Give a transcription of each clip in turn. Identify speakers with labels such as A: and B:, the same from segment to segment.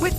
A: With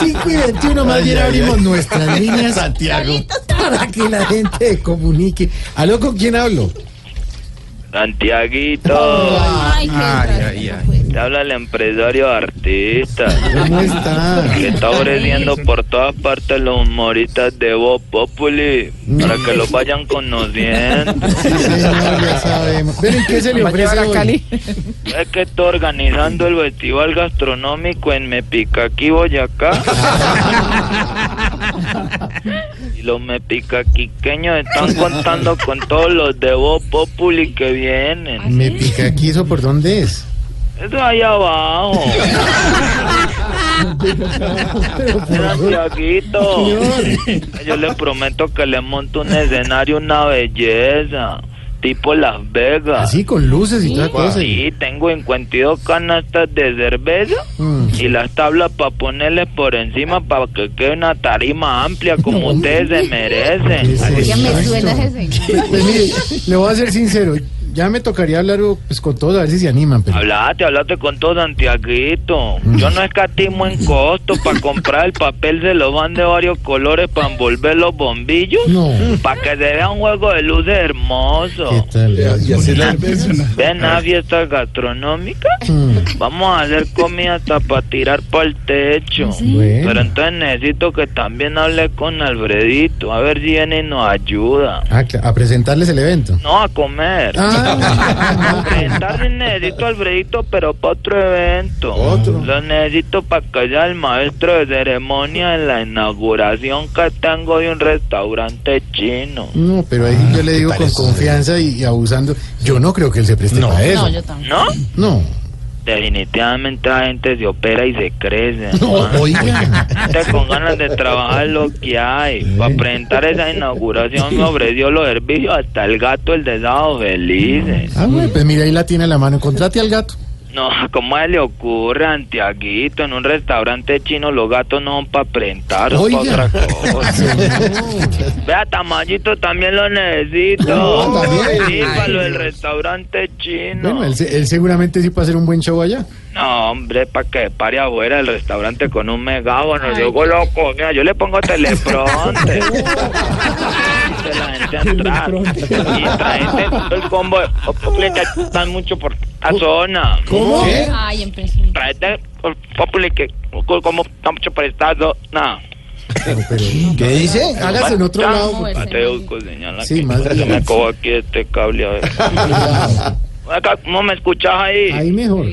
B: 5 y 21 más bien abrimos nuestras líneas
C: Santiago.
B: para que la gente comunique. ¿Aló con quién hablo?
D: Santiaguito,
E: Ay, qué
B: ay, ay.
D: te habla el empresario artista
B: ¿Cómo está?
D: que está ofreciendo por todas partes los humoristas de Voz Populi para que los vayan conociendo.
B: Sí, señor, ya sabemos. Pero ¿en qué se le ofrece hoy?
D: Es que está organizando el festival gastronómico en Mepicaquí, Boyacá. Y los mepicaquiqueños están contando con todos los de Voz Populi que vienen.
B: Me pica aquí, ¿eso por dónde es?
D: Eso ahí abajo. Santiaguito.
B: Señor,
D: Yo le prometo que le monto un escenario, una belleza, tipo Las Vegas.
B: así con luces y toda cosa.
D: Sí, tengo 52 canastas de cerveza
B: Mm.
D: y las tablas para ponerle por encima para que quede una tarima amplia como ustedes se
B: ¿Qué es
D: merecen.
B: eso? Pues mire, le voy a ser sincero. Ya me tocaría hablar pues, con todos a ver si se animan. Pero...
D: Hablate, hablate con todo Santiaguito. Yo no escatimo en costo para comprar el papel de los van de varios colores para envolver los bombillos.
B: No.
D: Para que se vea un juego de luces hermoso.
B: ¿Qué tal?
D: Ven a fiestas gastronómicas,
B: Mm.
D: vamos a hacer comida hasta para tirar para el techo.
B: Bueno.
D: Pero entonces necesito que también hable con Alfredito, a ver si viene y nos ayuda.
B: Ah, cla- a presentarles el evento.
D: No, a comer.
B: Ah,
D: A presentarle necesito a Alfredito, pero para otro evento.
B: Otro.
D: Lo necesito para que sea el maestro de ceremonia en la inauguración que tengo de un restaurante chino.
B: no, pero ahí yo le digo con confianza y, y abusando. Yo no creo que él se preste para eso.
D: ¿No?
B: No,
D: Definitivamente la gente se opera y se crece.
B: no,
D: hermano.
B: oiga.
D: Gente con ganas de trabajar lo que hay. Para presentar esa inauguración me ofreció los servicios hasta el gato el de sábado felices.
B: Ah, bueno, pues mira, ahí la tiene a la mano. Contrate al gato.
D: No, ¿cómo se le ocurre, Antiaguito? En un restaurante chino los gatos no son para presentar, son para
B: Oiga.
D: otra cosa. Vea, Tamayito también lo necesito.
B: No, también.
D: Sí, para lo del restaurante chino.
B: Bueno, él, se- él seguramente sí puede hacer un buen show allá.
D: No, hombre, para que pare afuera del restaurante con un megáfono. Yo loco, mira, yo le pongo teleprompter. Dice la gente entrar. Y la gente, todo el combo, de- oh, populi, que están mucho por la zona.
B: ¿Cómo?
E: Ay, impresionante.
D: La gente, oh, populi, que oh, como están mucho por esta zona.
B: ¿Qué dice? Hágase en otro lado.
E: Pues,
D: Ah, te busco, señora,
B: Sí,
D: que
B: más
D: Yo me
B: bien.
D: cojo aquí este cable, a ver.
B: Cuidado.
D: Acá, ¿Cómo me escuchas
B: Ahí mejor.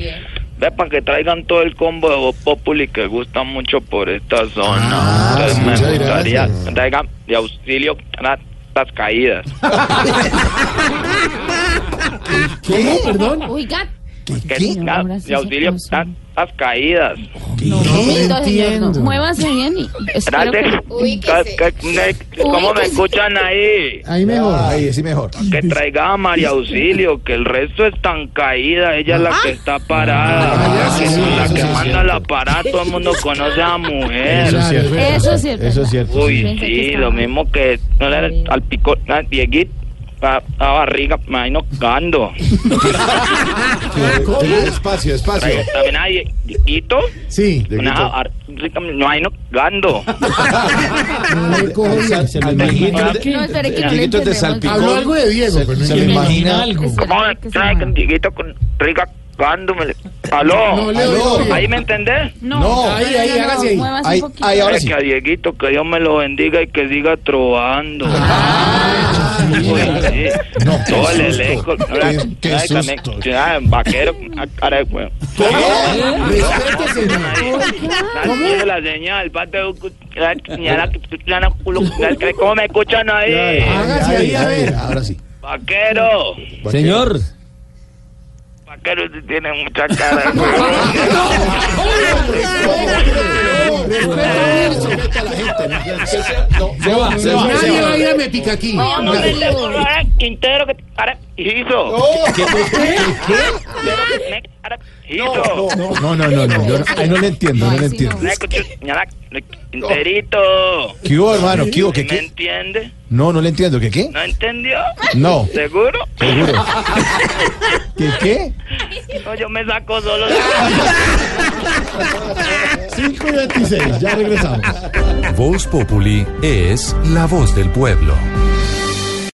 D: Ve para que traigan todo el combo de Voz Populi que gusta mucho por esta zona.
B: Ah,
D: Entonces
B: sí, muchas
D: me gustaría
B: gracias.
D: que traigan de auxilio para las caídas.
B: ¿Cómo? Perdón.
F: Oiga,
D: Que
B: ¿Qué?
D: tra- de auxilio para las caídas.
B: No,
F: lindo señor, no.
B: entiendo.
F: muévase bien y espero
D: Trate-
F: que...
D: ca- ca- ne- ¿Cómo me
F: Ubíquese.
D: escuchan ahí?
B: Ahí mejor.
D: Que traiga a María Auxilio, que el resto es tan caída, ella es la que está parada,
B: Ah,
D: la que,
B: sí,
D: la
B: eso
D: que
B: sí es
D: manda la parada, todo el mundo conoce a la mujer.
B: verdad.
F: Eso es cierto.
B: Eso es cierto.
D: Uy,
F: Pensé que
D: sí,
F: estaba-
D: lo mismo que no le- al pico, a Dieguito, a, a barriga, me ahí no cando.
B: Espacio, espacio.
D: También a Die- Dieguito,
B: Sí.
D: una barriga, no ahí no cando.
B: No le cojo bien.
F: No, espere que no le entendemos.
B: Ah, Habló algo de Diego, pero no entiendo. Ah,
D: ¿Cómo me trae con Dieguito con riga cando? Me le- Aló,
B: No le oigo bien.
D: ahí me entendés.
F: No,
B: ahí, ahí, hágase ahí.
F: muévase un poquito.
D: Ahora que a Dieguito, que Dios me lo bendiga y que siga trovando.
B: Ah,
D: Uy, pues, sí. Todo el elenco.
B: Qué- qué
D: Ay, también, ay, Vaquero, ah, caray, güey.
B: Respétese, señor.
D: Dale La señal, pate, la señal, la- la- la- ¿Cómo me escuchan ahí? Ah.
B: Hágase ahí, a ver.
D: Vaquero.
G: Señor,
D: Vaquero sí tiene mucha cara. güey.
B: Respete, No, se va,
C: se va,
B: Nadie
C: se va.
B: va a ir a me pica aquí.
D: No,
B: Nadie.
D: le- ahora, Quintero que ahora hizo. Quintero que me- ahora hizo.
C: No, no, no, no, yo no, ay, no le entiendo, no le entiendo.
D: Ahora escuché, señala, Quinterito.
C: ¿Qué hubo, hermano? ¿Qué hubo? ¿Qué
D: ¿Me
C: qué?
D: entiende?
C: No, no le entiendo, ¿qué qué?
D: ¿No entendió?
C: No,
D: ¿Seguro?
C: seguro. ¿Qué qué?
D: No, yo me saco solo. Ah.
B: 5 y 26, ya regresamos.
H: Voz Populi es la voz del pueblo.